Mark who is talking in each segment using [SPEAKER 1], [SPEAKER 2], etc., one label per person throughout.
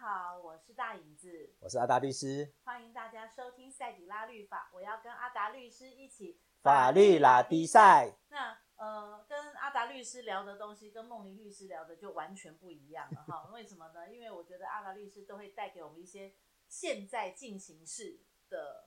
[SPEAKER 1] 好，我是大影子，
[SPEAKER 2] 我是阿达律师，
[SPEAKER 1] 欢迎大家收听赛底拉律法。我要跟阿达律师一起
[SPEAKER 2] 法律拉低。赛。
[SPEAKER 1] 那呃，跟阿达律师聊的东西跟梦玲律师聊的就完全不一样了 哈。为什么呢？因为我觉得阿达律师都会带给我们一些现在进行式的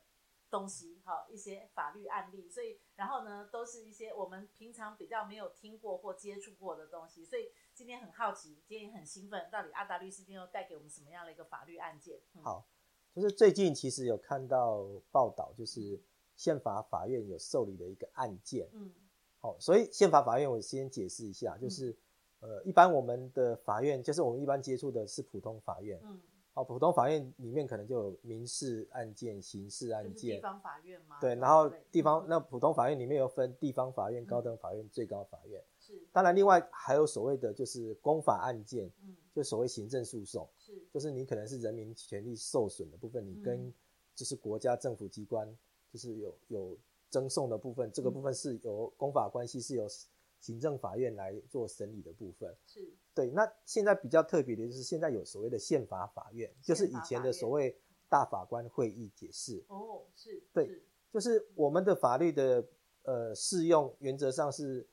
[SPEAKER 1] 东西，哈，一些法律案例。所以，然后呢，都是一些我们平常比较没有听过或接触过的东西。所以今天很好奇，今天也很兴奋，到底阿达律师今天又带给我们什么样的一个法律案件？嗯
[SPEAKER 2] 好就是最近其实有看到报道，就是宪法法院有受理的一个案件。
[SPEAKER 1] 嗯
[SPEAKER 2] 好、所以宪法法院我先解释一下，就是、
[SPEAKER 1] 嗯
[SPEAKER 2] 呃，一般我们的法院就是我们一般接触的是普通法院。
[SPEAKER 1] 嗯，
[SPEAKER 2] 哦，普通法院里面可能就有民事案件、刑事案
[SPEAKER 1] 就是地
[SPEAKER 2] 件。
[SPEAKER 1] 方法院吗？
[SPEAKER 2] 对，然后
[SPEAKER 1] 之类的
[SPEAKER 2] 地方
[SPEAKER 1] 嗯
[SPEAKER 2] 那普通法院里面有分地方法院、
[SPEAKER 1] 嗯
[SPEAKER 2] 高等法院、最高法院。
[SPEAKER 1] 是
[SPEAKER 2] 当然，另外还有所谓的就是公法案件，
[SPEAKER 1] 嗯
[SPEAKER 2] 就所谓行政诉讼。
[SPEAKER 1] 是
[SPEAKER 2] 就是你可能是人民权利受损的部分，你
[SPEAKER 1] 嗯
[SPEAKER 2] 跟就是国家政府机关就是有有争讼的部分，这个
[SPEAKER 1] 嗯
[SPEAKER 2] 部分是由公法关系是由行政法院来做审理的部分。
[SPEAKER 1] 是
[SPEAKER 2] 对，那现在比较特别的就是现在有所谓的宪法法院，就是以前的所谓大法官会议解释，
[SPEAKER 1] 哦是
[SPEAKER 2] 对
[SPEAKER 1] 是
[SPEAKER 2] 就是我们的法律的呃适用原则上是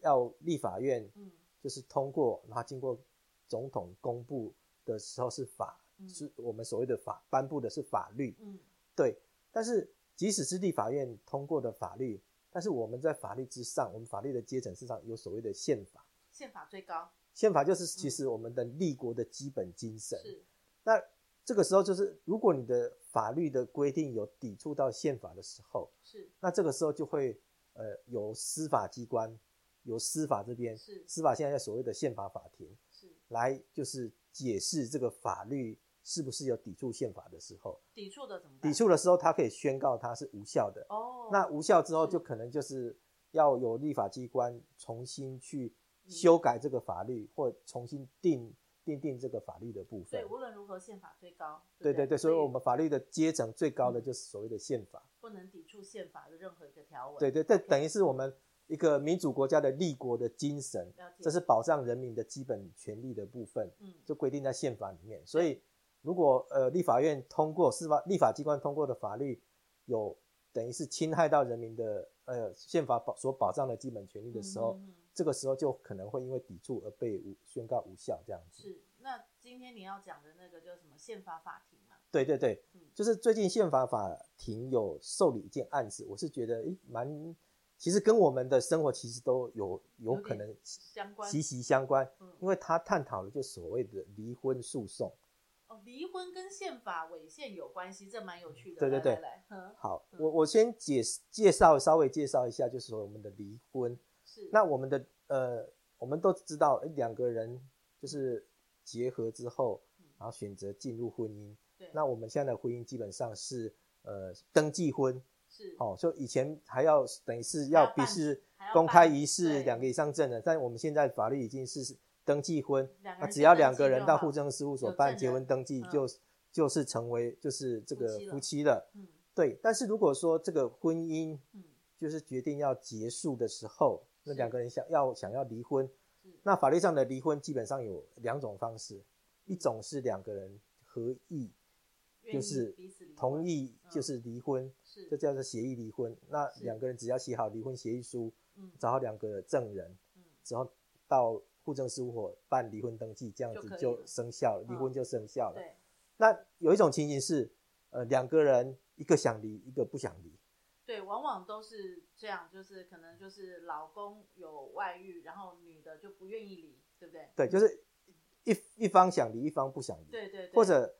[SPEAKER 2] 要立法院
[SPEAKER 1] 嗯
[SPEAKER 2] 就是通过，然后经过总统公布的时候是法，
[SPEAKER 1] 嗯
[SPEAKER 2] 是我们所谓的法颁布的是法律，
[SPEAKER 1] 嗯
[SPEAKER 2] 对。但是即使是立法院通过的法律，但是我们在法律之上，我们法律的阶层之上有所谓的宪法，
[SPEAKER 1] 宪法最高
[SPEAKER 2] 宪法就是其实我们的立国的基本精神。
[SPEAKER 1] 嗯是
[SPEAKER 2] 那这个时候就是，如果你的法律的规定有抵触到宪法的时候，
[SPEAKER 1] 是
[SPEAKER 2] 那这个时候就会呃由司法机关，由司法这边，
[SPEAKER 1] 是
[SPEAKER 2] 司法现在所谓的宪法法庭。
[SPEAKER 1] 是
[SPEAKER 2] 来就是解释这个法律是不是有抵触宪法的时候，
[SPEAKER 1] 抵触的怎么办？
[SPEAKER 2] 抵触的时候，它可以宣告它是无效的。
[SPEAKER 1] 哦
[SPEAKER 2] 那无效之后，
[SPEAKER 1] 是
[SPEAKER 2] 就可能就是要有立法机关重新去修改这个法律，或重新定定定这个法律的部
[SPEAKER 1] 所以
[SPEAKER 2] 分。
[SPEAKER 1] 无论如何宪法最高
[SPEAKER 2] 对
[SPEAKER 1] 不
[SPEAKER 2] 对对，所以我
[SPEAKER 1] 以
[SPEAKER 2] 们法律的阶层最高的
[SPEAKER 1] 嗯
[SPEAKER 2] 就是所谓的宪法。
[SPEAKER 1] 不能抵触宪法的任何一个条文。
[SPEAKER 2] 对对，这等于是我们一个民主国家的立国的精神，
[SPEAKER 1] 了解
[SPEAKER 2] 这是保障人民的基本权利的部分。
[SPEAKER 1] 嗯
[SPEAKER 2] 就规定在宪法里面。所以，如果呃立法院通过司法立法机关通过的法律有等于是侵害到人民的呃宪法保所保障的基本权利的时候，
[SPEAKER 1] 嗯嗯嗯
[SPEAKER 2] 这个时候就可能会因为抵触而被无宣告无效这样子。
[SPEAKER 1] 是那今天你要讲的那个叫什么宪法法庭嘛？
[SPEAKER 2] 对对对
[SPEAKER 1] 嗯，
[SPEAKER 2] 就是最近宪法法庭有受理一件案子，我是觉得诶蛮，其实跟我们的生活其实都有
[SPEAKER 1] 有
[SPEAKER 2] 有可
[SPEAKER 1] 点
[SPEAKER 2] 能
[SPEAKER 1] 相关
[SPEAKER 2] 息息相关，
[SPEAKER 1] 嗯
[SPEAKER 2] 因为他探讨的就所谓的离婚诉讼。
[SPEAKER 1] 哦，离婚跟宪法违宪有关系，这蛮有趣的。
[SPEAKER 2] 对对
[SPEAKER 1] 来
[SPEAKER 2] 对
[SPEAKER 1] 来来，嗯
[SPEAKER 2] 好，
[SPEAKER 1] 嗯
[SPEAKER 2] 我我先解释介绍稍微介绍一下，就是说我们的离婚。
[SPEAKER 1] 是
[SPEAKER 2] 那我们的呃，我们都知道，诶两个人就是结合之后
[SPEAKER 1] 嗯，
[SPEAKER 2] 然后选择进入婚姻。
[SPEAKER 1] 对
[SPEAKER 2] 那我们现在的婚姻基本上是呃登记婚，
[SPEAKER 1] 是
[SPEAKER 2] 哦，所以以前还要等于是
[SPEAKER 1] 还
[SPEAKER 2] 要
[SPEAKER 1] 要
[SPEAKER 2] 必
[SPEAKER 1] 办
[SPEAKER 2] 是
[SPEAKER 1] 还要
[SPEAKER 2] 公
[SPEAKER 1] 办
[SPEAKER 2] 开仪式
[SPEAKER 1] 对
[SPEAKER 2] 两个以上证人，但我们现在法律已经是登记婚，
[SPEAKER 1] 两个
[SPEAKER 2] 那
[SPEAKER 1] 人
[SPEAKER 2] 只
[SPEAKER 1] 去
[SPEAKER 2] 要
[SPEAKER 1] 登
[SPEAKER 2] 两
[SPEAKER 1] 记
[SPEAKER 2] 个
[SPEAKER 1] 就
[SPEAKER 2] 人到
[SPEAKER 1] 好
[SPEAKER 2] 户政事务所
[SPEAKER 1] 有
[SPEAKER 2] 办
[SPEAKER 1] 证
[SPEAKER 2] 结婚
[SPEAKER 1] 人
[SPEAKER 2] 登记
[SPEAKER 1] 嗯
[SPEAKER 2] 就，就是成为就是这
[SPEAKER 1] 夫
[SPEAKER 2] 个
[SPEAKER 1] 妻了
[SPEAKER 2] 夫妻了。
[SPEAKER 1] 嗯
[SPEAKER 2] 对，但是如果说这个婚姻
[SPEAKER 1] 嗯
[SPEAKER 2] 就是决定要结束的时候，那
[SPEAKER 1] 是
[SPEAKER 2] 两个人想要想要离婚，
[SPEAKER 1] 是
[SPEAKER 2] 那法律上的离婚基本上有两种方式，一种是两个人合意
[SPEAKER 1] 愿
[SPEAKER 2] 就
[SPEAKER 1] 意
[SPEAKER 2] 是
[SPEAKER 1] 彼此离
[SPEAKER 2] 同
[SPEAKER 1] 婚
[SPEAKER 2] 意
[SPEAKER 1] 嗯
[SPEAKER 2] 就是离婚，
[SPEAKER 1] 是
[SPEAKER 2] 这叫做协议离婚。那
[SPEAKER 1] 是
[SPEAKER 2] 两个人只要写好离婚协议书，
[SPEAKER 1] 嗯
[SPEAKER 2] 找好两个证人，
[SPEAKER 1] 嗯
[SPEAKER 2] 之后到户政事务所办离婚登记，这样
[SPEAKER 1] 就
[SPEAKER 2] 子
[SPEAKER 1] 可以
[SPEAKER 2] 就
[SPEAKER 1] 了
[SPEAKER 2] 生效了，离
[SPEAKER 1] 嗯
[SPEAKER 2] 婚就生效了。
[SPEAKER 1] 对
[SPEAKER 2] 那有一种情形是，呃，两个人一个想离，一个不想离。
[SPEAKER 1] 对，往往都是这样，就是可能就是老公有外遇，然后女的就不愿意离，对不对？
[SPEAKER 2] 对，就是一一方想离，一方不想离，
[SPEAKER 1] 对对对，
[SPEAKER 2] 或者
[SPEAKER 1] 嗯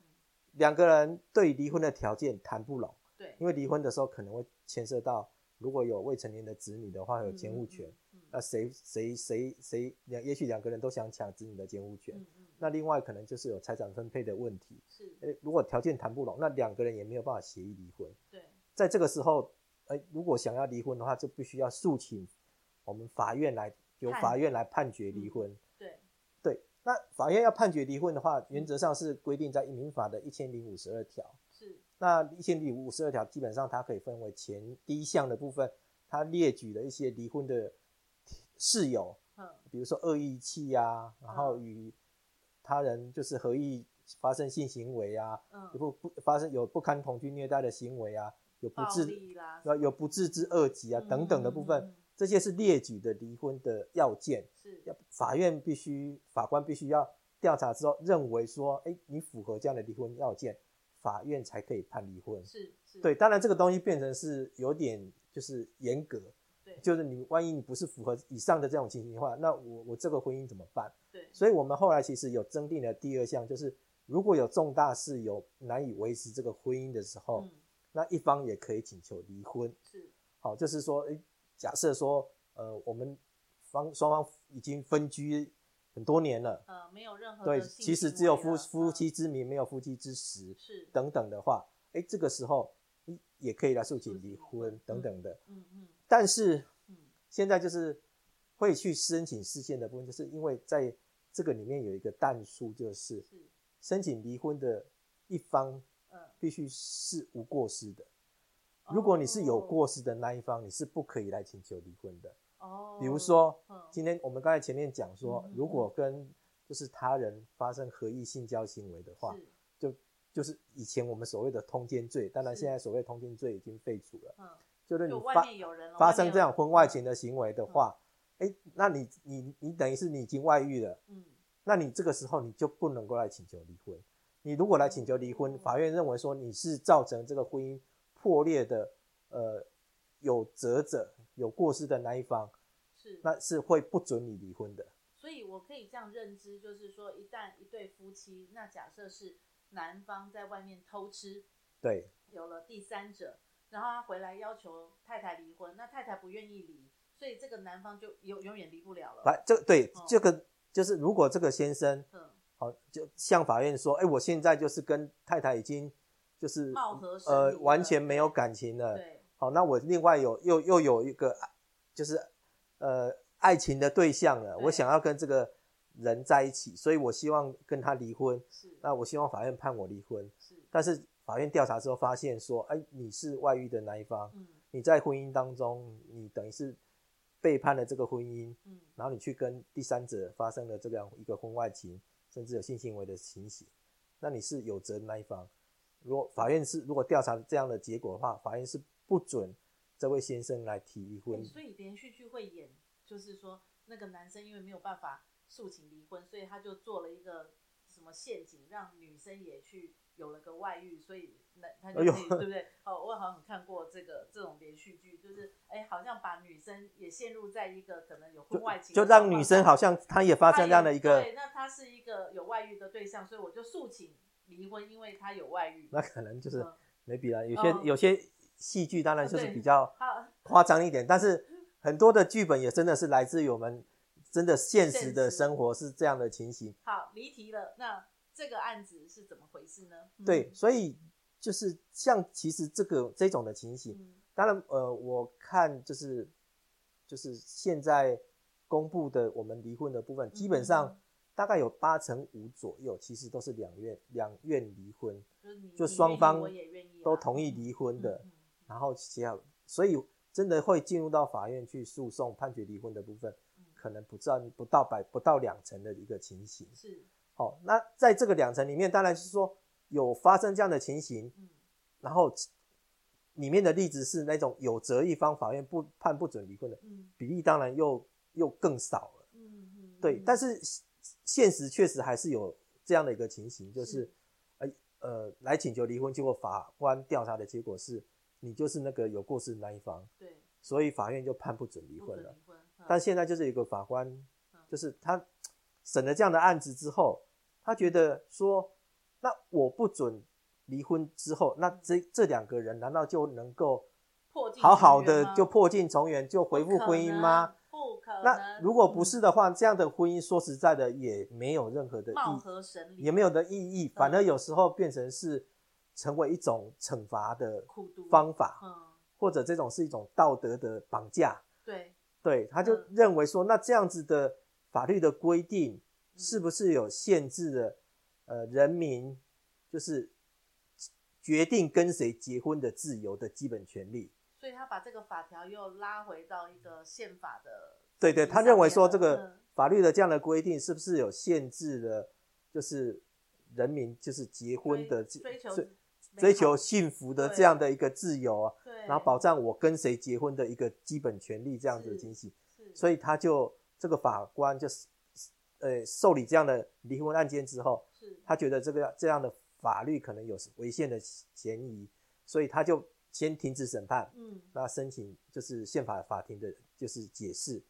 [SPEAKER 2] 两个人对于离婚的条件谈不拢，
[SPEAKER 1] 对，
[SPEAKER 2] 因为离婚的时候可能会牵涉到如果有未成年的子女的话，有监护权，
[SPEAKER 1] 嗯，
[SPEAKER 2] 那谁谁谁谁两，也许两个人都想抢子女的监护权，
[SPEAKER 1] 嗯嗯嗯，
[SPEAKER 2] 那另外可能就是有财产分配的问题，
[SPEAKER 1] 是
[SPEAKER 2] 诶，如果条件谈不拢，那两个人也没有办法协议离婚，
[SPEAKER 1] 对，
[SPEAKER 2] 在这个时候，诶，如果想要离婚的话，就必须要诉请我们法院来由
[SPEAKER 1] 判
[SPEAKER 2] 法院来判决离
[SPEAKER 1] 嗯
[SPEAKER 2] 婚。
[SPEAKER 1] 对，
[SPEAKER 2] 对，那法院要判决离婚的话，
[SPEAKER 1] 嗯
[SPEAKER 2] 原则上是规定在民法的一千零五十二条。
[SPEAKER 1] 是，
[SPEAKER 2] 那一千零五十二条基本上它可以分为前第一项的部分，它列举了一些离婚的事由，
[SPEAKER 1] 嗯，
[SPEAKER 2] 啊比如说恶意气呀、然后与他人就是合意发生性行为啊，
[SPEAKER 1] 嗯
[SPEAKER 2] 有，不不发生有不堪同居虐待的行为啊，有不
[SPEAKER 1] 暴
[SPEAKER 2] 治
[SPEAKER 1] 力啦，
[SPEAKER 2] 呃有不治之恶疾啊
[SPEAKER 1] 嗯
[SPEAKER 2] 等等的部分，
[SPEAKER 1] 嗯嗯嗯
[SPEAKER 2] 这些是列举的离婚的要件。
[SPEAKER 1] 是
[SPEAKER 2] 要法院必须法官必须要调查之后认为说，哎，你符合这样的离婚要件，法院才可以判离婚。
[SPEAKER 1] 是是，
[SPEAKER 2] 对，当然这个东西变成是有点就是严格，
[SPEAKER 1] 对
[SPEAKER 2] 就是你万一你不是符合以上的这种情形的话，那我我这个婚姻怎么办？
[SPEAKER 1] 对，
[SPEAKER 2] 所以我们后来其实有增订了第二项，就是如果有重大事由难以维持这个婚姻的时候，
[SPEAKER 1] 嗯，
[SPEAKER 2] 那一方也可以请求离婚。
[SPEAKER 1] 是
[SPEAKER 2] 好，就是说，诶假设说，呃，我们方双方已经分居很多年了，
[SPEAKER 1] 呃，没有任何
[SPEAKER 2] 对，
[SPEAKER 1] 的性
[SPEAKER 2] 其实
[SPEAKER 1] 行
[SPEAKER 2] 只有
[SPEAKER 1] 为
[SPEAKER 2] 夫
[SPEAKER 1] 了
[SPEAKER 2] 夫
[SPEAKER 1] 嗯
[SPEAKER 2] 妻之名，没有夫妻之实
[SPEAKER 1] 是，
[SPEAKER 2] 等等的话，诶，这个时候你也可以来诉请离
[SPEAKER 1] 诉请离
[SPEAKER 2] 婚
[SPEAKER 1] 婚
[SPEAKER 2] 等等的。
[SPEAKER 1] 嗯嗯
[SPEAKER 2] 但是
[SPEAKER 1] 嗯，
[SPEAKER 2] 现在就是会去申请视线的部分，就是因为在这个里面有一个淡书，就是
[SPEAKER 1] 是，
[SPEAKER 2] 申请离婚的一方
[SPEAKER 1] 嗯，
[SPEAKER 2] 必须是无过失的。如果你是有
[SPEAKER 1] 哦
[SPEAKER 2] 过失的那一方，你是不可以来请求离婚的。
[SPEAKER 1] 哦，
[SPEAKER 2] 比如说，
[SPEAKER 1] 嗯，
[SPEAKER 2] 今天我们刚才前面讲说
[SPEAKER 1] 嗯嗯，
[SPEAKER 2] 如果跟就是他人发生合意性交行为的话，
[SPEAKER 1] 是，
[SPEAKER 2] 就就是以前我们所谓的通奸罪，当然
[SPEAKER 1] 是
[SPEAKER 2] 现在所谓通奸罪已经废除了。
[SPEAKER 1] 嗯，
[SPEAKER 2] 就是你
[SPEAKER 1] 就外
[SPEAKER 2] 发
[SPEAKER 1] 面有人了，
[SPEAKER 2] 发
[SPEAKER 1] 外
[SPEAKER 2] 生
[SPEAKER 1] 面
[SPEAKER 2] 这
[SPEAKER 1] 有
[SPEAKER 2] 样婚外情的行为的话，哎、那你你你等于是你已经外遇了，
[SPEAKER 1] 人，嗯，
[SPEAKER 2] 那你这个时候你就不能够来请求离婚。你如果来请求离婚
[SPEAKER 1] 嗯，
[SPEAKER 2] 法院认为说你是造成这个婚姻破裂的，呃，有责者、有过失的那一方，
[SPEAKER 1] 是，
[SPEAKER 2] 那是会不准你离婚的。
[SPEAKER 1] 所以我可以这样认知，就是说，一旦一对夫妻，那假设是男方在外面偷吃，
[SPEAKER 2] 对
[SPEAKER 1] 有了第三者，然后他回来要求太太离婚，那太太不愿意离，所以这个男方就永永远离不了了。
[SPEAKER 2] 来，这对
[SPEAKER 1] 哦
[SPEAKER 2] 这个就是，如果这个先生
[SPEAKER 1] 嗯，
[SPEAKER 2] 好、就向法院说，哎、我现在就是跟太太已经就是
[SPEAKER 1] 貌合神离
[SPEAKER 2] 呃
[SPEAKER 1] 了
[SPEAKER 2] 完全没有感情了。
[SPEAKER 1] 对，
[SPEAKER 2] 好，那我另外有又又有一个就是呃爱情的对象了，
[SPEAKER 1] 对
[SPEAKER 2] 我想要跟这个人在一起，所以我希望跟他离婚。
[SPEAKER 1] 是，
[SPEAKER 2] 那我希望法院判我离婚，
[SPEAKER 1] 是，
[SPEAKER 2] 但是法院调查之后发现说，哎，你是外遇的那一方，
[SPEAKER 1] 嗯
[SPEAKER 2] 你在婚姻当中，你等于是背叛了这个婚姻，
[SPEAKER 1] 嗯，
[SPEAKER 2] 然后你去跟第三者发生了这样一个婚外情，甚至有性行为的情形，那你是有责的那一方。如果法院是如果调查这样的结果的话，法院是不准这位先生来提离婚
[SPEAKER 1] 欸。所以连续剧会演，就是说那个男生因为没有办法诉请离婚，所以他就做了一个什么陷阱，让女生也去有了个外遇，所以那他就
[SPEAKER 2] 哎呦
[SPEAKER 1] 可以、对不对？哦，我好像看过这个这种连续剧，就是哎、好像把女生也陷入在一个可能有婚外情
[SPEAKER 2] 就
[SPEAKER 1] 的
[SPEAKER 2] 让
[SPEAKER 1] 状
[SPEAKER 2] 女
[SPEAKER 1] 况
[SPEAKER 2] 生好像她也发
[SPEAKER 1] 她
[SPEAKER 2] 生
[SPEAKER 1] 也
[SPEAKER 2] 这样的一个
[SPEAKER 1] 对，，那他是一个有外遇的对象，所以我就诉请离婚，因为他有外遇。
[SPEAKER 2] 那可能就是
[SPEAKER 1] 嗯
[SPEAKER 2] maybe 啦。有些、
[SPEAKER 1] 哦
[SPEAKER 2] 有些戏剧当然就是
[SPEAKER 1] 对
[SPEAKER 2] 比较
[SPEAKER 1] 他
[SPEAKER 2] 夸张一点，但是很多的剧本也真的是来自于我们真的现实的
[SPEAKER 1] 现实
[SPEAKER 2] 生活是这样的情形。
[SPEAKER 1] 好离题了，那这个案子是怎么回事呢？嗯
[SPEAKER 2] 对，，所以就是像其实这个这种的情形，
[SPEAKER 1] 嗯
[SPEAKER 2] 当然呃，我看就是就是现在公布的我们离婚的部分，基本上
[SPEAKER 1] 嗯
[SPEAKER 2] 大概有八成五左右，其实都是两院两院离婚
[SPEAKER 1] 就是你
[SPEAKER 2] 就
[SPEAKER 1] 你
[SPEAKER 2] 双
[SPEAKER 1] 愿意
[SPEAKER 2] 方
[SPEAKER 1] 我也愿意啊
[SPEAKER 2] 都同意
[SPEAKER 1] 嗯
[SPEAKER 2] 离婚的，
[SPEAKER 1] 嗯嗯
[SPEAKER 2] 然后其他所以真的会进入到法院去诉讼判决离婚的部分，
[SPEAKER 1] 嗯
[SPEAKER 2] 可能不占不到百不到两成的一个情形。
[SPEAKER 1] 嗯是
[SPEAKER 2] 好、那在这个两层里面，当然是说有发生这样的情形，
[SPEAKER 1] 嗯
[SPEAKER 2] 然后里面的例子是那种有责一方法院不判不准离婚的
[SPEAKER 1] 嗯
[SPEAKER 2] 比例，当然又又更少了。
[SPEAKER 1] 嗯嗯，
[SPEAKER 2] 对，
[SPEAKER 1] 嗯
[SPEAKER 2] 但是现现实确实还是有这样的一个情形，就是哎呃来请求离婚，结果法官调查的结果是你就是那个有过失的那一方，
[SPEAKER 1] 对
[SPEAKER 2] 所以法院就判不准离
[SPEAKER 1] 不
[SPEAKER 2] 婚
[SPEAKER 1] 准
[SPEAKER 2] 了。
[SPEAKER 1] 离婚，嗯
[SPEAKER 2] 但现在就是有一个法官
[SPEAKER 1] 嗯，
[SPEAKER 2] 就是他审了这样的案子之后，他觉得说，那我不准离婚之后，那
[SPEAKER 1] 嗯
[SPEAKER 2] 这这两个人难道就能够
[SPEAKER 1] 破镜
[SPEAKER 2] 好
[SPEAKER 1] 重
[SPEAKER 2] 好
[SPEAKER 1] 圆
[SPEAKER 2] 的
[SPEAKER 1] 吗
[SPEAKER 2] 就破镜重圆，就恢
[SPEAKER 1] 不
[SPEAKER 2] 复
[SPEAKER 1] 可
[SPEAKER 2] 婚姻
[SPEAKER 1] 能
[SPEAKER 2] 吗？？
[SPEAKER 1] 不可能。
[SPEAKER 2] 那如果不
[SPEAKER 1] 嗯
[SPEAKER 2] 是的话，这样的婚姻说实在的也没有任何的
[SPEAKER 1] 貌
[SPEAKER 2] 意，
[SPEAKER 1] 合神离，
[SPEAKER 2] 也没有的意义，反而有时候变成是成为一种惩罚的
[SPEAKER 1] 苦读
[SPEAKER 2] 方法，
[SPEAKER 1] 嗯
[SPEAKER 2] 或者这种是一种道德的绑架。
[SPEAKER 1] 对
[SPEAKER 2] 对，他就
[SPEAKER 1] 嗯
[SPEAKER 2] 认为说，那这样子的法律的规定
[SPEAKER 1] 嗯
[SPEAKER 2] 是不是有限制了呃人民就是决定跟谁结婚的自由的基本权利？
[SPEAKER 1] 所以他把这个法条又拉回到一个宪法的
[SPEAKER 2] 对对，
[SPEAKER 1] 层
[SPEAKER 2] 他
[SPEAKER 1] 级
[SPEAKER 2] 认为
[SPEAKER 1] 上
[SPEAKER 2] 说
[SPEAKER 1] 面
[SPEAKER 2] 这
[SPEAKER 1] 了嗯
[SPEAKER 2] 个法律的这样的规定是不是有限制了，就是人民就是结婚的
[SPEAKER 1] 追追求
[SPEAKER 2] 追
[SPEAKER 1] 美
[SPEAKER 2] 追
[SPEAKER 1] 好
[SPEAKER 2] 求幸福的
[SPEAKER 1] 对
[SPEAKER 2] 这样的一个自由啊，
[SPEAKER 1] 对，
[SPEAKER 2] 然后保障我跟谁结婚的一个基本权利这样子的
[SPEAKER 1] 是
[SPEAKER 2] 惊喜，
[SPEAKER 1] 是
[SPEAKER 2] 所以他就这个法官就是呃受理这样的离婚案件之后，
[SPEAKER 1] 是
[SPEAKER 2] 他觉得这个这样的法律可能有违宪的嫌疑，所以他就先停止审判，
[SPEAKER 1] 嗯
[SPEAKER 2] 那申请就是宪法法庭的就是解释。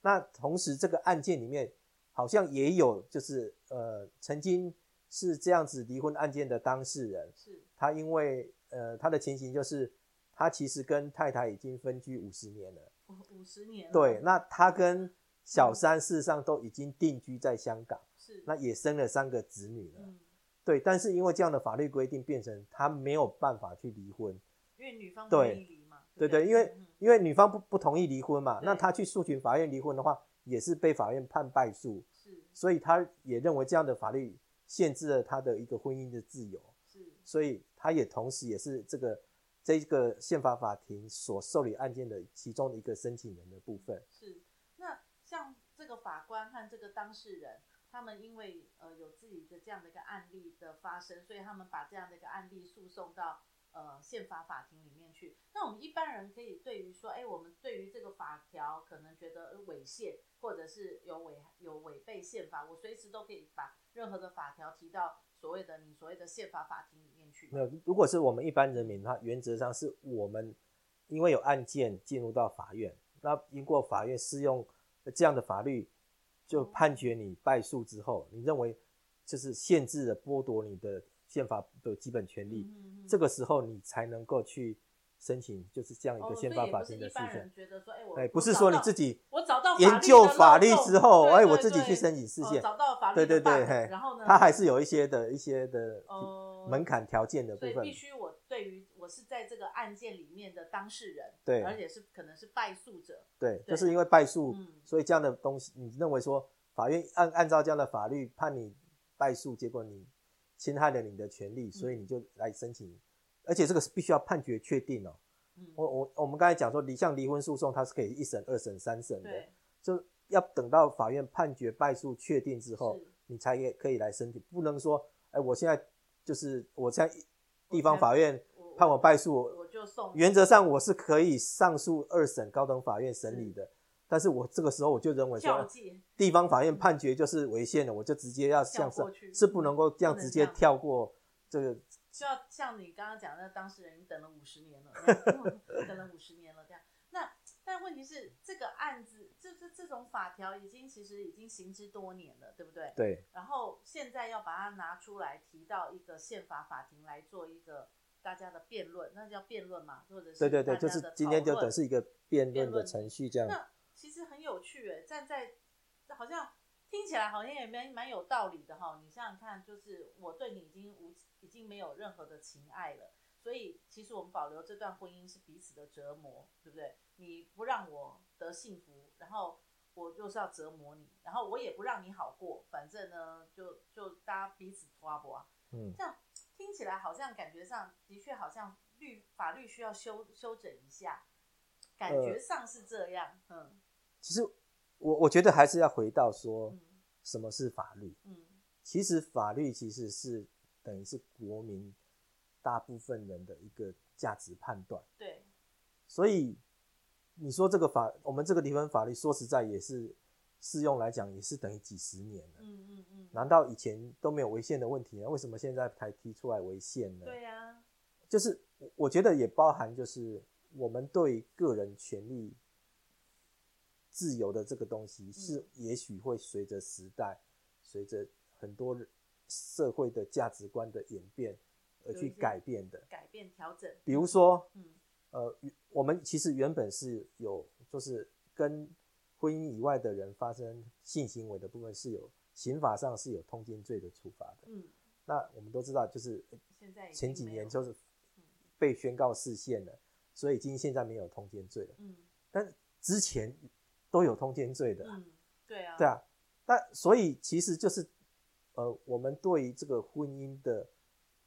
[SPEAKER 2] 那同时这个案件里面好像也有就是呃曾经是这样子离婚案件的当事人，
[SPEAKER 1] 是
[SPEAKER 2] 他因为呃他的情形就是他其实跟太太已经分居五十年了，
[SPEAKER 1] 五五十年了
[SPEAKER 2] 对，那他跟小三事实上都已经定居在香港，
[SPEAKER 1] 是
[SPEAKER 2] 那也生了三个子女了。
[SPEAKER 1] 嗯，
[SPEAKER 2] 对，但是因为这样的法律规定，变成他没有办法去离婚。
[SPEAKER 1] 因为女方不愿
[SPEAKER 2] 对
[SPEAKER 1] 意离嘛，
[SPEAKER 2] 对
[SPEAKER 1] 不对
[SPEAKER 2] 对，因为
[SPEAKER 1] 嗯嗯
[SPEAKER 2] 因为女方不不同意离婚嘛，
[SPEAKER 1] 对
[SPEAKER 2] 那他去诉请法院离婚的话，也是被法院判败诉，
[SPEAKER 1] 是
[SPEAKER 2] 所以他也认为这样的法律限制了他的一个婚姻的自由，
[SPEAKER 1] 是
[SPEAKER 2] 所以他也同时也是这个这个宪法法庭所受理案件的其中的一个申请人的部分。
[SPEAKER 1] 是，那像这个法官和这个当事人，他们因为呃有自己的这样的一个案例的发生，所以他们把这样的一个案例诉讼到呃宪法法庭里面去。那我们一般人可以对于说，哎，我们对于这个法条可能觉得呃违宪，或者是有违有违背宪法，我随时都可以把任何的法条提到所谓的你所谓的宪法法庭里面去。
[SPEAKER 2] 没有，如果是我们一般人民的话，原则上是我们因为有案件进入到法院，那经过法院适用这样的法律，
[SPEAKER 1] 哦
[SPEAKER 2] 就判决你败诉之后，你认为就是限制了剥夺你的宪法的基本权利，
[SPEAKER 1] 嗯嗯嗯
[SPEAKER 2] 这个时候你才能够去申请，就是这样一
[SPEAKER 1] 哦
[SPEAKER 2] 个
[SPEAKER 1] 所
[SPEAKER 2] 宪
[SPEAKER 1] 以
[SPEAKER 2] 法
[SPEAKER 1] 也
[SPEAKER 2] 法
[SPEAKER 1] 不是
[SPEAKER 2] 庭的
[SPEAKER 1] 一
[SPEAKER 2] 事
[SPEAKER 1] 般
[SPEAKER 2] 情
[SPEAKER 1] 人。觉得说，哎，我
[SPEAKER 2] 哎，
[SPEAKER 1] 我
[SPEAKER 2] 不是
[SPEAKER 1] 找
[SPEAKER 2] 说你
[SPEAKER 1] 到
[SPEAKER 2] 自己
[SPEAKER 1] 我找到
[SPEAKER 2] 研究法律之后，哎，
[SPEAKER 1] 哎，
[SPEAKER 2] 我自己去
[SPEAKER 1] 申。
[SPEAKER 2] 申请事
[SPEAKER 1] 哦
[SPEAKER 2] 件，
[SPEAKER 1] 找到法律
[SPEAKER 2] 对对
[SPEAKER 1] 的 bug，
[SPEAKER 2] 对，嘿
[SPEAKER 1] 然后呢，
[SPEAKER 2] 它还是有一些的一些的
[SPEAKER 1] 呃
[SPEAKER 2] 门槛条件的部
[SPEAKER 1] 所以
[SPEAKER 2] 分
[SPEAKER 1] 必。须我对于我是在这个案件里面的当事人，
[SPEAKER 2] 对
[SPEAKER 1] 而且是可能是败诉者，
[SPEAKER 2] 对，
[SPEAKER 1] 对
[SPEAKER 2] 就是因为败诉，
[SPEAKER 1] 嗯
[SPEAKER 2] 所以这样的东西，你认为说法院按按照这样的法律判你败诉，结果你侵害了你的权利，
[SPEAKER 1] 嗯
[SPEAKER 2] 所以你就来申请，而且这个是必须要判决确定哦。
[SPEAKER 1] 嗯，
[SPEAKER 2] 我我我们刚才讲说离像离婚诉讼，它是可以一审、二审、三审的，
[SPEAKER 1] 对，
[SPEAKER 2] 就要等到法院判决败诉确定之后
[SPEAKER 1] 是，
[SPEAKER 2] 你才也可以来申请，不能说，哎，我现在就是我现在
[SPEAKER 1] 我
[SPEAKER 2] 地方
[SPEAKER 1] 现在
[SPEAKER 2] 法院
[SPEAKER 1] 我
[SPEAKER 2] 判我败诉，
[SPEAKER 1] 我就送
[SPEAKER 2] 原则上我是可以上诉二审高等法院审理的，但是我这个时候我就认为
[SPEAKER 1] 跳
[SPEAKER 2] 说，
[SPEAKER 1] 界，
[SPEAKER 2] 地方法院判决就是违宪的，我就直接要
[SPEAKER 1] 跳
[SPEAKER 2] 向上
[SPEAKER 1] 过去，
[SPEAKER 2] 是不能够这样
[SPEAKER 1] 不能
[SPEAKER 2] 直接
[SPEAKER 1] 这样
[SPEAKER 2] 跳过这个。
[SPEAKER 1] 就要像你刚刚讲的，当事人你等了五十年了， 嗯等了五十年了这样。那但问题是，这个案子就是这种法条已经其实已经行之多年了，对不对？
[SPEAKER 2] 对
[SPEAKER 1] 然后现在要把它拿出来提到一个宪法法庭来做一个大家的辩论，那叫辩论嘛，或者是
[SPEAKER 2] 对对对，
[SPEAKER 1] 大家
[SPEAKER 2] 就
[SPEAKER 1] 的
[SPEAKER 2] 是今天就
[SPEAKER 1] 讨
[SPEAKER 2] 等
[SPEAKER 1] 论
[SPEAKER 2] 是一个辩论
[SPEAKER 1] 辩
[SPEAKER 2] 的
[SPEAKER 1] 论
[SPEAKER 2] 程序这样。
[SPEAKER 1] 那其实很有趣诶，站在好像听起来好像也蛮蛮有道理的哈。你想想看，就是我对你已经无已经没有任何的情爱了，所以其实我们保留这段婚姻是彼此的折磨，对不对？你不让我得幸福，然后我就是要折磨你，然后我也不让你好过，反正呢，就就大家彼此拖不啊。
[SPEAKER 2] 嗯，
[SPEAKER 1] 这样听起来好像感觉上的确好像律法律需要修修整一下，感觉上是这样，嗯
[SPEAKER 2] 其实我我觉得还是要回到说
[SPEAKER 1] 嗯
[SPEAKER 2] 什么是法律。
[SPEAKER 1] 嗯，
[SPEAKER 2] 其实法律其实是等于是国民大部分人的一个价值判断。
[SPEAKER 1] 对，
[SPEAKER 2] 所以你说这个法，我们这个离婚法律说实在也是适用来讲，也是等于几十年了。
[SPEAKER 1] 嗯嗯嗯，
[SPEAKER 2] 难道以前都没有违宪的问题呢？啊为什么现在才提出来违宪呢？
[SPEAKER 1] 对啊呀、
[SPEAKER 2] 就是我我觉得也包含就是我们对个人权利、自由的这个东
[SPEAKER 1] 嗯
[SPEAKER 2] 西，是也许会随着时代、随着很多人社会的价值观的演变而
[SPEAKER 1] 有
[SPEAKER 2] 去
[SPEAKER 1] 一些
[SPEAKER 2] 改变的。
[SPEAKER 1] 改变调整，
[SPEAKER 2] 比如说，
[SPEAKER 1] 嗯
[SPEAKER 2] 呃，我们其实原本是有，就是跟婚姻以外的人发生性行为的部分是有刑法上是有通奸罪的处罚的。
[SPEAKER 1] 嗯，
[SPEAKER 2] 那我们都知道，就是
[SPEAKER 1] 现在已经
[SPEAKER 2] 前几
[SPEAKER 1] 没有嗯
[SPEAKER 2] 年就是被宣告释宪了，所以已经现在没有通奸罪了。
[SPEAKER 1] 嗯
[SPEAKER 2] 但之前都有通奸罪的啊，
[SPEAKER 1] 嗯，对啊，
[SPEAKER 2] 对啊。那所以其实就是，呃，我们对于这个婚姻的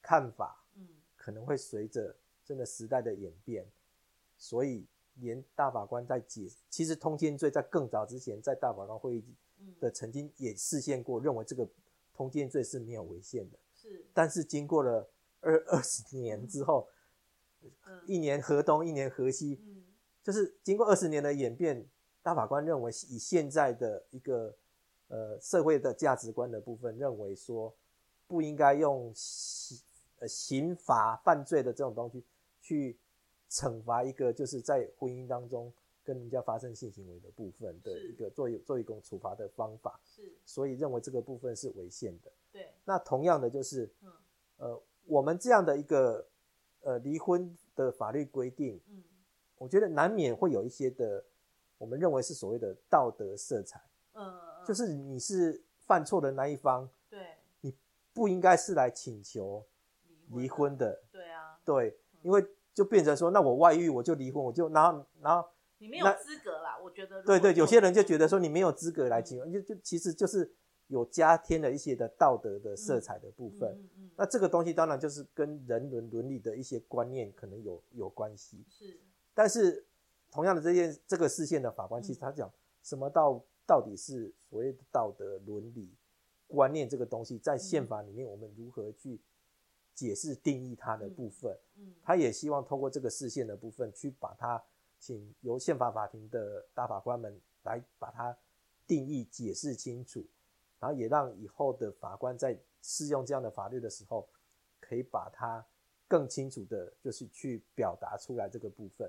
[SPEAKER 2] 看法，
[SPEAKER 1] 嗯
[SPEAKER 2] 可能会随着真的时代的演变，所以连大法官在解，其实通奸罪在更早之前，在大法官会议
[SPEAKER 1] 嗯
[SPEAKER 2] 的曾经也视线过，认为这个通奸罪是没有违宪的，
[SPEAKER 1] 是是，
[SPEAKER 2] 但是经过了二二十年之后，
[SPEAKER 1] 嗯
[SPEAKER 2] 一年河东，一年河西，
[SPEAKER 1] 嗯
[SPEAKER 2] 就是经过二十年的演变，大法官认为以现在的一个呃社会的价值观的部分，认为说不应该用刑呃刑罚犯罪的这种东西去惩罚一个就是在婚姻当中跟人家发生性行为的部分的
[SPEAKER 1] 是
[SPEAKER 2] 一个作为作为一种处罚的方法，
[SPEAKER 1] 是，
[SPEAKER 2] 所以认为这个部分是违宪的。
[SPEAKER 1] 对，
[SPEAKER 2] 那同样的就是
[SPEAKER 1] 嗯
[SPEAKER 2] 呃我们这样的一个呃离婚的法律规定。
[SPEAKER 1] 嗯
[SPEAKER 2] 我觉得难免会有一些的，我们认为是所谓的道德色彩，
[SPEAKER 1] 嗯，嗯
[SPEAKER 2] 就是你是犯错的那一方，
[SPEAKER 1] 对
[SPEAKER 2] 不应该是来请求离
[SPEAKER 1] 离
[SPEAKER 2] 婚
[SPEAKER 1] 啊，
[SPEAKER 2] 的，
[SPEAKER 1] 对啊，
[SPEAKER 2] 对，因为就变成说，那我外遇我就离婚，我就然后然后
[SPEAKER 1] 你没有
[SPEAKER 2] 那
[SPEAKER 1] 资格啦，嗯我觉得如
[SPEAKER 2] 对
[SPEAKER 1] 果
[SPEAKER 2] 对，有些人就觉得说你没有资格来
[SPEAKER 1] 嗯
[SPEAKER 2] 请求，就就其实就是有加添了一些的道德的色彩的部分。
[SPEAKER 1] 嗯嗯嗯，
[SPEAKER 2] 那这个东西当然就是跟人伦伦理的一些观念可能有有关系，
[SPEAKER 1] 是
[SPEAKER 2] 但是同样的这件这个事件的法
[SPEAKER 1] 嗯
[SPEAKER 2] 官，其实他讲什么到到底是所谓的道德伦理观念这个东西，在
[SPEAKER 1] 嗯
[SPEAKER 2] 宪法里面我们如何去解释定义它的部分，
[SPEAKER 1] 嗯
[SPEAKER 2] 他也希望透过这个视线的部分去把它，请由宪法法庭的大法官们来把它定义解释清楚，然后也让以后的法官在适用这样的法律的时候，可以把它更清楚的，就是去表达出来这个部分。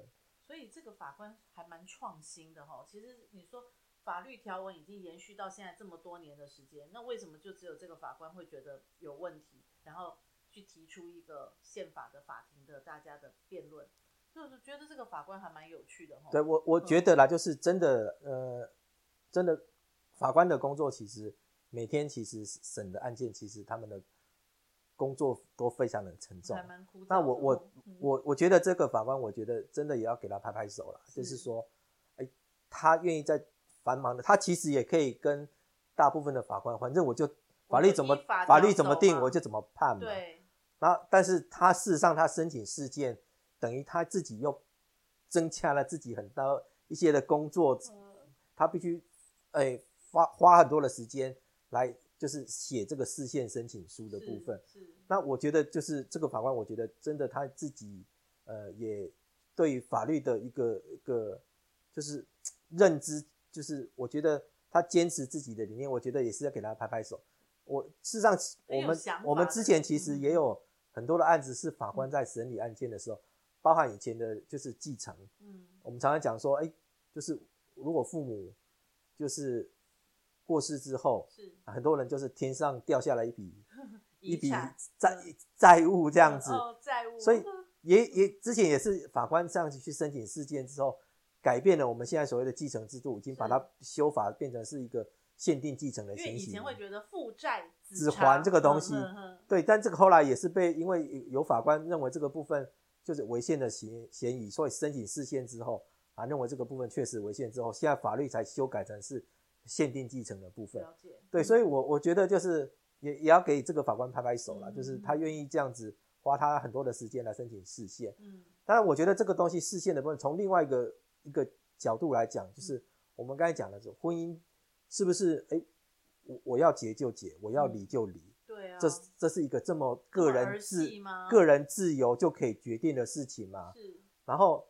[SPEAKER 1] 所以这个法官还蛮创新的哈。其实你说法律条文已经延续到现在这么多年的时间，那为什么就只有这个法官会觉得有问题，然后去提出一个宪法的法庭的大家的辩论？就是觉得这个法官还蛮有趣的哈。
[SPEAKER 2] 对我，我觉得啦，就是真的，呃，真的，法官的工作其实每天其实审的案件，其实他们的工作都非常的沉重
[SPEAKER 1] 还。蛮枯燥的。
[SPEAKER 2] 那我我
[SPEAKER 1] 嗯
[SPEAKER 2] 我我觉得这个法官，我觉得真的也要给他拍拍手啦，
[SPEAKER 1] 是
[SPEAKER 2] 就是说，哎、他愿意在繁忙的，他其实也可以跟大部分的法官，反正我就法律怎么
[SPEAKER 1] 依法
[SPEAKER 2] 法律
[SPEAKER 1] 条
[SPEAKER 2] 怎么
[SPEAKER 1] 走
[SPEAKER 2] 定，
[SPEAKER 1] 嘛
[SPEAKER 2] 我就怎么判嘛。
[SPEAKER 1] 对
[SPEAKER 2] 那但是他事实上他申请事件，等于他自己又增加了自己很多一些的工作，
[SPEAKER 1] 嗯
[SPEAKER 2] 他必须哎、花花很多的时间来就是写这个事件申请书的部分。
[SPEAKER 1] 是是
[SPEAKER 2] 那我觉得就是这个法官，我觉得真的他自己呃也对于法律的一个一个就是认知，就是我觉得他坚持自己的理念，我觉得也是要给他拍拍手。我事实上，
[SPEAKER 1] 很
[SPEAKER 2] 我
[SPEAKER 1] 有
[SPEAKER 2] 们
[SPEAKER 1] 想法的
[SPEAKER 2] 我们之前其实
[SPEAKER 1] 嗯
[SPEAKER 2] 也有很多的案子是法官在审理案件的时候，包含以前的就是继承，
[SPEAKER 1] 嗯
[SPEAKER 2] 我们常常讲说，哎、就是如果父母就是过世之后，
[SPEAKER 1] 是
[SPEAKER 2] 很多人就是天上掉下来一笔一
[SPEAKER 1] 遗
[SPEAKER 2] 笔
[SPEAKER 1] 产
[SPEAKER 2] 债
[SPEAKER 1] 嗯
[SPEAKER 2] 债务这样子，
[SPEAKER 1] 哦债务，
[SPEAKER 2] 所以也也之前也是法官上去去申请事件之后，改变了我们现在所谓的继承制度，已经把它修法变成是一个限定继承的
[SPEAKER 1] 因为
[SPEAKER 2] 情
[SPEAKER 1] 以前
[SPEAKER 2] 形。
[SPEAKER 1] 会觉得负债
[SPEAKER 2] 子
[SPEAKER 1] 偿
[SPEAKER 2] 还这个东西
[SPEAKER 1] 嗯嗯嗯
[SPEAKER 2] 对，但这个后来也是被因为有法官认为这个部分就是违宪的嫌嫌疑，所以申请事件之后啊，认为这个部分确实违宪之后，现在法律才修改成是限定继承的部分。
[SPEAKER 1] 了解
[SPEAKER 2] 对，
[SPEAKER 1] 嗯
[SPEAKER 2] 所以我我觉得就是也也要给这个法官拍拍手啦，
[SPEAKER 1] 嗯
[SPEAKER 2] 就是他愿意这样子花他很多的时间来申请视线。
[SPEAKER 1] 嗯
[SPEAKER 2] 当然，我觉得这个东西视线的部分，从另外一个一个角度来讲，就是我们刚才讲的是婚姻是不是？哎，我我要结就结，我要离就离，
[SPEAKER 1] 对啊，
[SPEAKER 2] 这是这是一个这么个
[SPEAKER 1] 这么儿
[SPEAKER 2] 人自
[SPEAKER 1] 戏吗
[SPEAKER 2] 个人自由就可以决定的事情嘛？
[SPEAKER 1] 是
[SPEAKER 2] 然后，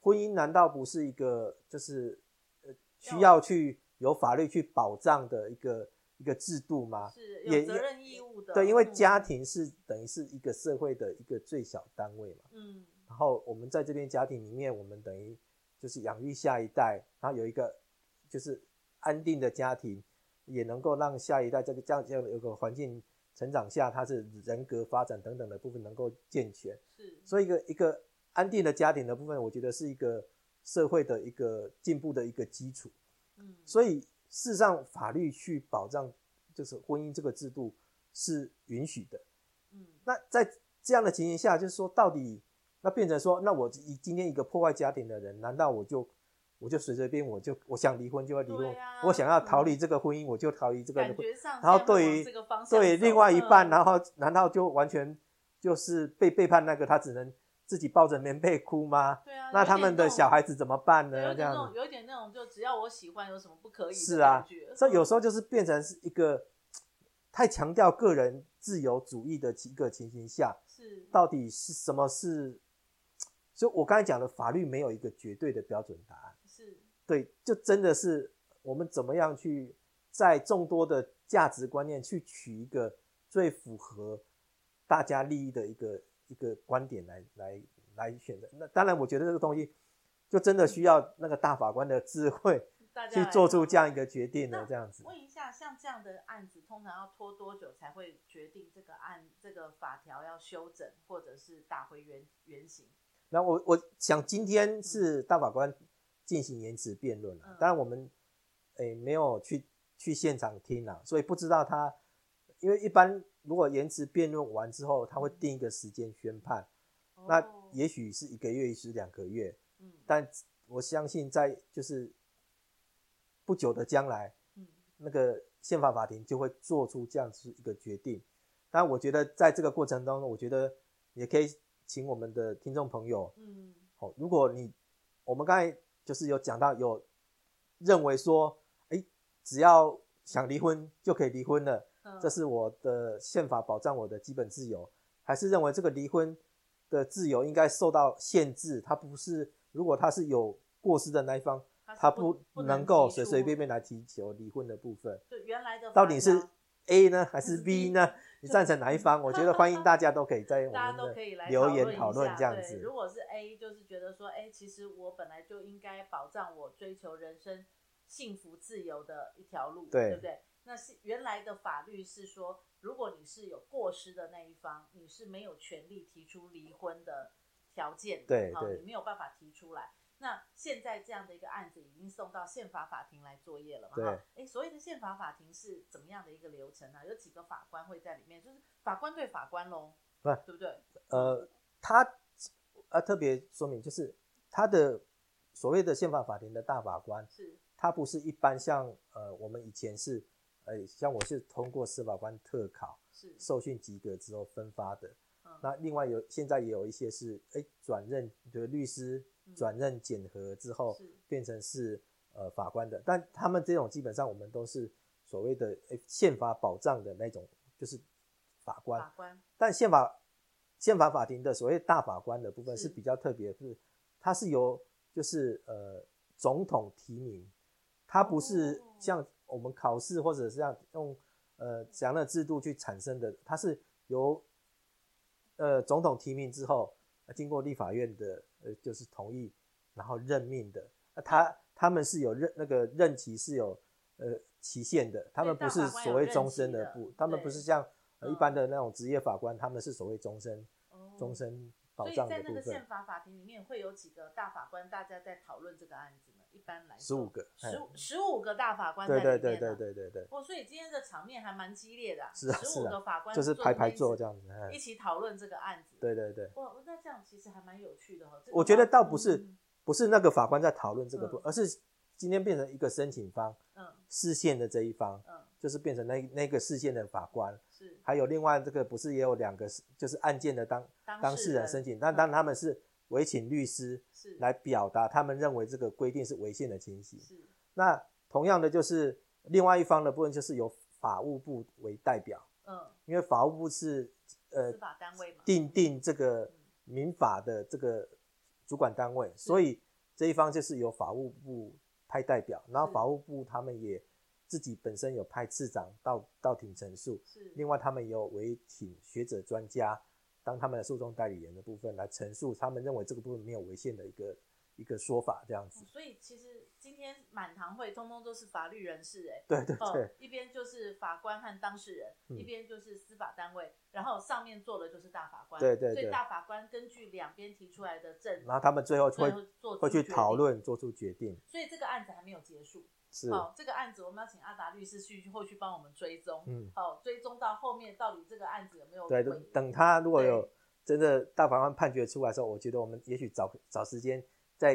[SPEAKER 2] 婚姻难道不是一个就是呃需
[SPEAKER 1] 要
[SPEAKER 2] 要去有法律去保障的一个一个制度吗？
[SPEAKER 1] 是
[SPEAKER 2] 也
[SPEAKER 1] 有责
[SPEAKER 2] 也
[SPEAKER 1] 任义务的，
[SPEAKER 2] 对，因为
[SPEAKER 1] 嗯
[SPEAKER 2] 家庭是等于是一个社会的一个最小单位嘛。
[SPEAKER 1] 嗯
[SPEAKER 2] 然后我们在这边家庭里面，我们等于就是养育下一代，然后有一个就是安定的家庭，也能够让下一代这个这样这样的有个环境成长下，他是人格发展等等的部分能够健全。
[SPEAKER 1] 是
[SPEAKER 2] 所以一个一个安定的家庭的部分，我觉得是一个社会的一个进步的一个基础。
[SPEAKER 1] 嗯
[SPEAKER 2] 所以事实上，法律去保障就是婚姻这个制度是允许的。
[SPEAKER 1] 嗯
[SPEAKER 2] 那在这样的情形下，就是说到底那变成说，那我以今天一个破坏家庭的人，难道我就我就随随便我就我想离婚就要离婚，
[SPEAKER 1] 对啊
[SPEAKER 2] 我想要逃离这个婚姻我就逃离这个
[SPEAKER 1] 感
[SPEAKER 2] 婚
[SPEAKER 1] 觉上
[SPEAKER 2] 然后
[SPEAKER 1] 现在会
[SPEAKER 2] 对
[SPEAKER 1] 往
[SPEAKER 2] 于
[SPEAKER 1] 这个方向
[SPEAKER 2] 对
[SPEAKER 1] 走
[SPEAKER 2] 另外一半，
[SPEAKER 1] 嗯
[SPEAKER 2] 然后难道就完全就是被背叛那个，他只能自己抱着棉被哭吗？
[SPEAKER 1] 对啊，
[SPEAKER 2] 那
[SPEAKER 1] 有
[SPEAKER 2] 他
[SPEAKER 1] 点
[SPEAKER 2] 们的
[SPEAKER 1] 那种
[SPEAKER 2] 小孩子怎么办
[SPEAKER 1] 对有
[SPEAKER 2] 呢？这
[SPEAKER 1] 点那
[SPEAKER 2] 样
[SPEAKER 1] 种
[SPEAKER 2] 子，
[SPEAKER 1] 有点那种就只要我喜欢有什么不可以的
[SPEAKER 2] 是啊
[SPEAKER 1] 感觉
[SPEAKER 2] 这有
[SPEAKER 1] 嗯
[SPEAKER 2] 时候就是变成是一个，太强调个人自由主义的一个情形下，
[SPEAKER 1] 是
[SPEAKER 2] 到底是什么是？所以我刚才讲的法律没有一个绝对的标准答案。
[SPEAKER 1] 是
[SPEAKER 2] 对，就真的是我们怎么样去在众多的价值观念去取一个最符合大家利益的一个一个观点来来来选择。那当然，我觉得这个东西就真的需要那个大法官的智慧
[SPEAKER 1] 大家
[SPEAKER 2] 去
[SPEAKER 1] 来
[SPEAKER 2] 做出
[SPEAKER 1] 讨
[SPEAKER 2] 这样一
[SPEAKER 1] 论
[SPEAKER 2] 个决定的
[SPEAKER 1] 那
[SPEAKER 2] 这样子。
[SPEAKER 1] 问一下，像这样的案子，通常要拖多久才会决定这个案这个法条要修整，或者是打回原原形？
[SPEAKER 2] 那我我想今天是大法官进行言辞辩论了，啊
[SPEAKER 1] 嗯
[SPEAKER 2] 当然我们诶、没有去去现场听啦，所以不知道他，因为一般如果言辞辩论完之后，他会定一个时间宣判，那
[SPEAKER 1] 哦
[SPEAKER 2] 也许是一个月，也许是两个月，
[SPEAKER 1] 嗯
[SPEAKER 2] 但我相信在就是不久的将来，
[SPEAKER 1] 嗯
[SPEAKER 2] 那个宪法法庭就会做出这样子一个决定。但我觉得在这个过程当中，我觉得也可以请我们的听众朋友。
[SPEAKER 1] 嗯
[SPEAKER 2] 哦，如果你我们刚才就是有讲到有认为说，哎，只要想离婚就可以离婚了，
[SPEAKER 1] 嗯，
[SPEAKER 2] 这是我的宪法保障我的基本自由，还是认为这个离婚的自由应该受到限制？它不是，如果他是有过失的那一方，他
[SPEAKER 1] 他
[SPEAKER 2] 不
[SPEAKER 1] 不
[SPEAKER 2] 能够
[SPEAKER 1] 提
[SPEAKER 2] 随
[SPEAKER 1] 出
[SPEAKER 2] 随便便来提求离婚的部分。
[SPEAKER 1] 就原来的
[SPEAKER 2] 到
[SPEAKER 1] 法
[SPEAKER 2] 底是
[SPEAKER 1] 条
[SPEAKER 2] A 呢，还
[SPEAKER 1] 还
[SPEAKER 2] 是
[SPEAKER 1] 是
[SPEAKER 2] B
[SPEAKER 1] B
[SPEAKER 2] 呢？你赞成哪 一方？我觉得欢迎大家都可以在我
[SPEAKER 1] 大家
[SPEAKER 2] 们
[SPEAKER 1] 都
[SPEAKER 2] 的
[SPEAKER 1] 可以来
[SPEAKER 2] 留言
[SPEAKER 1] 讨
[SPEAKER 2] 讨论
[SPEAKER 1] 一下
[SPEAKER 2] 这样
[SPEAKER 1] 对
[SPEAKER 2] 子
[SPEAKER 1] 如果是 A，就是觉得说，哎，其实我本来就应该保障我追求人生幸福自由的一条路，
[SPEAKER 2] 对
[SPEAKER 1] 不对？那是原来的法律是说，如果你是有过失的那一方，你是没有权利提出离婚的条件的，
[SPEAKER 2] 对
[SPEAKER 1] 好
[SPEAKER 2] 对
[SPEAKER 1] 你没有办法提出来。那现在这样的一个案子已经送到宪法法庭来作业了嘛？
[SPEAKER 2] 对
[SPEAKER 1] 哈，哎，所谓的宪法法庭是怎么样的一个流程呢、啊有几个法官会在里面，就是法官对法官喽，
[SPEAKER 2] 不
[SPEAKER 1] 对不对？
[SPEAKER 2] 呃，他呃特别说明，就是他的所谓的宪法法庭的大法官，
[SPEAKER 1] 是，
[SPEAKER 2] 他不是一般像呃我们以前是，呃像我是通过司法官特考
[SPEAKER 1] 是，
[SPEAKER 2] 受训及格之后分发的。
[SPEAKER 1] 嗯，
[SPEAKER 2] 那另外有现在也有一些是哎转任的律师
[SPEAKER 1] 嗯
[SPEAKER 2] 转任检核之后
[SPEAKER 1] 是
[SPEAKER 2] 变成是呃法官的，但他们这种基本上我们都是所谓的哎宪法保障的那种，就是法官。
[SPEAKER 1] 法官
[SPEAKER 2] 但宪法宪法法庭的所谓大法官的部分
[SPEAKER 1] 是
[SPEAKER 2] 是比较特别，是它是由就是呃总统提名，它不是
[SPEAKER 1] 哦
[SPEAKER 2] 像我们考试或者是像用呃怎样的制度去产生的，它是由呃总统提名之后，呃经过立法院的呃就是同意，然后任命的，那他他们是有任那个任期是有呃期限的，他们不是所谓终身
[SPEAKER 1] 对
[SPEAKER 2] 的
[SPEAKER 1] 大法官有任
[SPEAKER 2] 不
[SPEAKER 1] 期的，
[SPEAKER 2] 他们不是像呃
[SPEAKER 1] 嗯
[SPEAKER 2] 一般的那种职业法官，他们是所谓终身
[SPEAKER 1] 哦
[SPEAKER 2] 终身保
[SPEAKER 1] 所以
[SPEAKER 2] 障
[SPEAKER 1] 在
[SPEAKER 2] 的
[SPEAKER 1] 那
[SPEAKER 2] 部
[SPEAKER 1] 个
[SPEAKER 2] 分
[SPEAKER 1] 宪，法法庭里面会有几个大法官，大家在讨论这个案子呢？一般来
[SPEAKER 2] 十
[SPEAKER 1] 说，
[SPEAKER 2] 五个，嘿
[SPEAKER 1] 十五十五个大法官在
[SPEAKER 2] 对
[SPEAKER 1] 里面、
[SPEAKER 2] 对
[SPEAKER 1] 啊，
[SPEAKER 2] 对对对对对，
[SPEAKER 1] 哦，所以今天的场面还蛮激烈的、啊，
[SPEAKER 2] 是啊
[SPEAKER 1] 十五
[SPEAKER 2] 是啊
[SPEAKER 1] 个法官
[SPEAKER 2] 就是排排坐这
[SPEAKER 1] 样，
[SPEAKER 2] 样子，
[SPEAKER 1] 一
[SPEAKER 2] 嘿
[SPEAKER 1] 起讨论这个案子。，
[SPEAKER 2] 对对对，
[SPEAKER 1] 哇，那这样其实还蛮有趣的哈、哦。这个
[SPEAKER 2] 我觉得
[SPEAKER 1] 话
[SPEAKER 2] 倒不是
[SPEAKER 1] 嗯
[SPEAKER 2] 不是那个法官在讨论这个部
[SPEAKER 1] 嗯
[SPEAKER 2] 而是今天变成一个申请方
[SPEAKER 1] 嗯
[SPEAKER 2] 视线的这一方，
[SPEAKER 1] 嗯
[SPEAKER 2] 就是变成那那个视线的法官，
[SPEAKER 1] 是
[SPEAKER 2] 还有另外这个不是也有两个是就是案件的当
[SPEAKER 1] 当嗯
[SPEAKER 2] 当事人申请，但当他们是委请律师
[SPEAKER 1] 是
[SPEAKER 2] 来表达他们认为这个规定是违宪的情形。
[SPEAKER 1] 是
[SPEAKER 2] 那同样的就是另外一方的部分就是由法务部为代表，
[SPEAKER 1] 嗯
[SPEAKER 2] 因为法务部是呃
[SPEAKER 1] 司法单位嘛
[SPEAKER 2] 定定这个
[SPEAKER 1] 嗯
[SPEAKER 2] 民法的这个主管单位，所以这一方就是由法务部派代表，然后
[SPEAKER 1] 是
[SPEAKER 2] 法务部他们也自己本身有派次长到到庭陈述，
[SPEAKER 1] 是
[SPEAKER 2] 另外，他们也有委请学者专家当他们的诉讼代理人的部分来陈述他们认为这个部分没有违宪的一个一个说法，这样子
[SPEAKER 1] 哦。所以其实今天满堂会通通都是法律人士哎、
[SPEAKER 2] 对 对
[SPEAKER 1] 哦
[SPEAKER 2] 对，，
[SPEAKER 1] 一边就是法官和当事人，
[SPEAKER 2] 嗯
[SPEAKER 1] 一边就是司法单位，然后上面坐的就是大法官，
[SPEAKER 2] 对对
[SPEAKER 1] 所以
[SPEAKER 2] 对
[SPEAKER 1] 大法官根据两边提出来的证，
[SPEAKER 2] 然后他们最后
[SPEAKER 1] 最
[SPEAKER 2] 会
[SPEAKER 1] 后做出
[SPEAKER 2] 会去
[SPEAKER 1] 决定
[SPEAKER 2] 讨，论做出决定，
[SPEAKER 1] 所以这个案子还没有结束。
[SPEAKER 2] 是
[SPEAKER 1] 哦，这个案子我们要请阿达律师去后续帮我们追踪，
[SPEAKER 2] 嗯，
[SPEAKER 1] 哦，追踪到后面到底这个案子有没有
[SPEAKER 2] 对，
[SPEAKER 1] 回
[SPEAKER 2] 等等他如果
[SPEAKER 1] 对
[SPEAKER 2] 有真的大法官判决出来的时候，我觉得我们也许找找时间再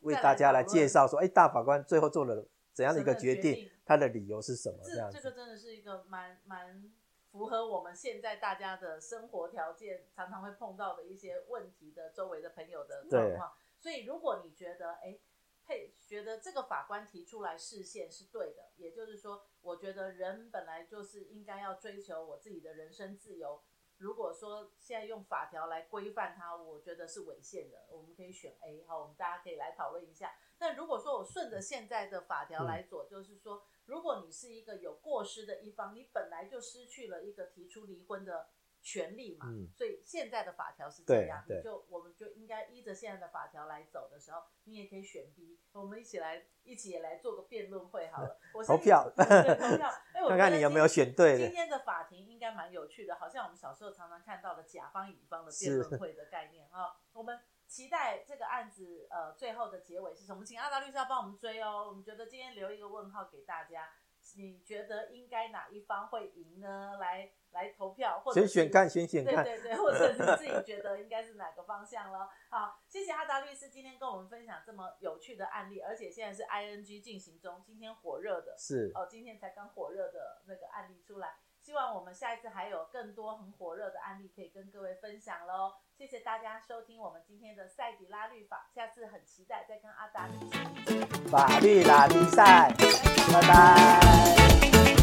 [SPEAKER 2] 为
[SPEAKER 1] 再来
[SPEAKER 2] 大家来
[SPEAKER 1] 讨
[SPEAKER 2] 介
[SPEAKER 1] 论
[SPEAKER 2] 绍说，哎，大法官最后做了怎样的一
[SPEAKER 1] 什
[SPEAKER 2] 个
[SPEAKER 1] 么
[SPEAKER 2] 决
[SPEAKER 1] 决
[SPEAKER 2] 定
[SPEAKER 1] 定，
[SPEAKER 2] 他的理由是什么？这
[SPEAKER 1] 这
[SPEAKER 2] 样
[SPEAKER 1] 这个
[SPEAKER 2] 子，
[SPEAKER 1] 真的是一个蛮蛮符合我们现在大家的生活条件，常常会碰到的一些问题的周围的朋友的状况。所以如果你觉得哎配觉得这个法官提出来视线是对的，也就是说，我觉得人本来就是应该要追求我自己的人身自由。如果说现在用法条来规范它，我觉得是违宪的，我们可以选 A 好，我们大家可以来讨论一下。但如果说我顺着现在的法条
[SPEAKER 2] 嗯
[SPEAKER 1] 来做，就是说，如果你是一个有过失的一方，你本来就失去了一个提出离婚的权利嘛，
[SPEAKER 2] 嗯
[SPEAKER 1] 所以现在的法条是这样，
[SPEAKER 2] 对
[SPEAKER 1] 你
[SPEAKER 2] 对
[SPEAKER 1] 就我们就应该依着现在的法条来走的时候，你也可以选 B，我们一起来一起也来做个辩论会好了。我相
[SPEAKER 2] 投
[SPEAKER 1] 信
[SPEAKER 2] 票
[SPEAKER 1] 对投票，哎，我
[SPEAKER 2] 看
[SPEAKER 1] 觉
[SPEAKER 2] 看
[SPEAKER 1] 得
[SPEAKER 2] 你有没有
[SPEAKER 1] 今
[SPEAKER 2] 选对
[SPEAKER 1] 今
[SPEAKER 2] 的。
[SPEAKER 1] 天的法庭应该蛮有趣的，好像我们小时候常常看到的甲方乙方的辩
[SPEAKER 2] 是
[SPEAKER 1] 论会的概念哈、我们期待这个案子呃最后的结尾是什么？我们请阿达律师要帮我们追哦。我们觉得今天留一个问号给大家，你觉得应该哪一方会赢呢？来来投票，或者
[SPEAKER 2] 选
[SPEAKER 1] 是
[SPEAKER 2] 选看，选选
[SPEAKER 1] 对
[SPEAKER 2] 看。
[SPEAKER 1] 对 对，或者你自己觉得应该是哪个方向了。好，谢谢阿达律师今天跟我们分享这么有趣的案例，而且现在是 ING 进行中，今天火热的，
[SPEAKER 2] 是，
[SPEAKER 1] 哦，今天才刚火热的那个案例出来，希望我们下一次还有更多很火热的案例可以跟各位分享喽。谢谢大家收听我们今天的赛迪拉律法，下次很期待再跟阿达律师一起。
[SPEAKER 2] 法律拉力赛，拜拜。